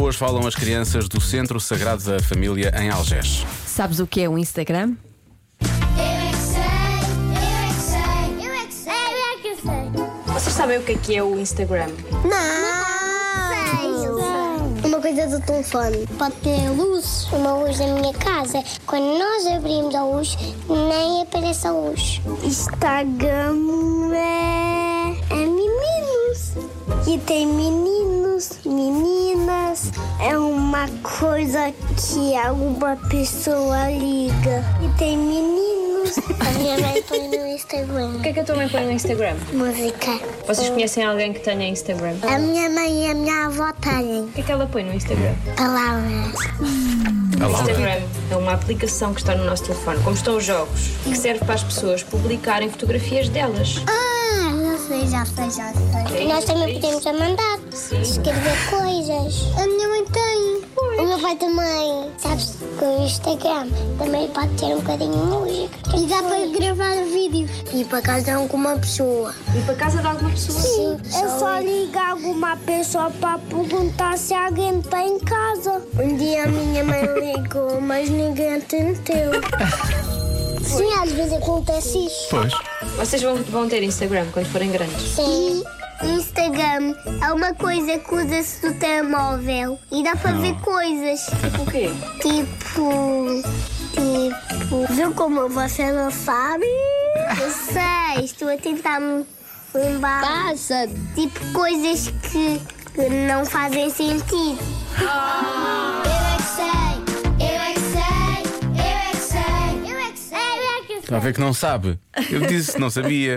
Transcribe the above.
hoje falam as crianças do Centro Sagrado da Família em Algés. Sabes o que é o Instagram? Vocês sabem o que é que é o Instagram? Não! Uma coisa do telefone. Pode ter luz, uma luz na minha casa. Quando nós abrimos a luz, nem aparece a luz. Instagram é, é meninos. E tem meninos, meninas. É uma coisa que alguma pessoa liga. E tem meninos. A minha mãe põe no O Instagram. que é que a tua mãe põe no Instagram? Música. Vocês conhecem alguém que tenha Instagram? A minha mãe e a minha avó têm O que é que ela põe no Instagram? palavras. A Laura. Instagram é uma aplicação que está no nosso telefone, como estão os jogos, que serve para as pessoas publicarem fotografias delas. Ah, não sei, já sei, já sei. Nós também podemos a mandar, escrever coisas. A minha mãe tem. O meu pai também. Sabes que o Instagram também pode ter um bocadinho de música. E dá para gravar vídeos. E para casa com uma pessoa. E para casa de alguma pessoa. Sim, eu só ligo a alguma pessoa para perguntar se alguém está em casa. Um dia a minha mãe ligou, mas ninguém atendeu. Sim, às vezes acontece isso. Pois. Vocês vão, vão ter Instagram quando forem grandes. Sim. Instagram é uma coisa que usa-se do telemóvel e dá para ver coisas. O quê? Tipo. Tipo. Viu como você não sabe? Eu sei, estou a tentar me lembrar. Passa! Tipo coisas que, que não fazem sentido. Eu é que sei! Eu é que sei! Eu é que sei! Eu é que sei! Eu é que sei! Está a ver que não sabe. Eu disse, não sabia.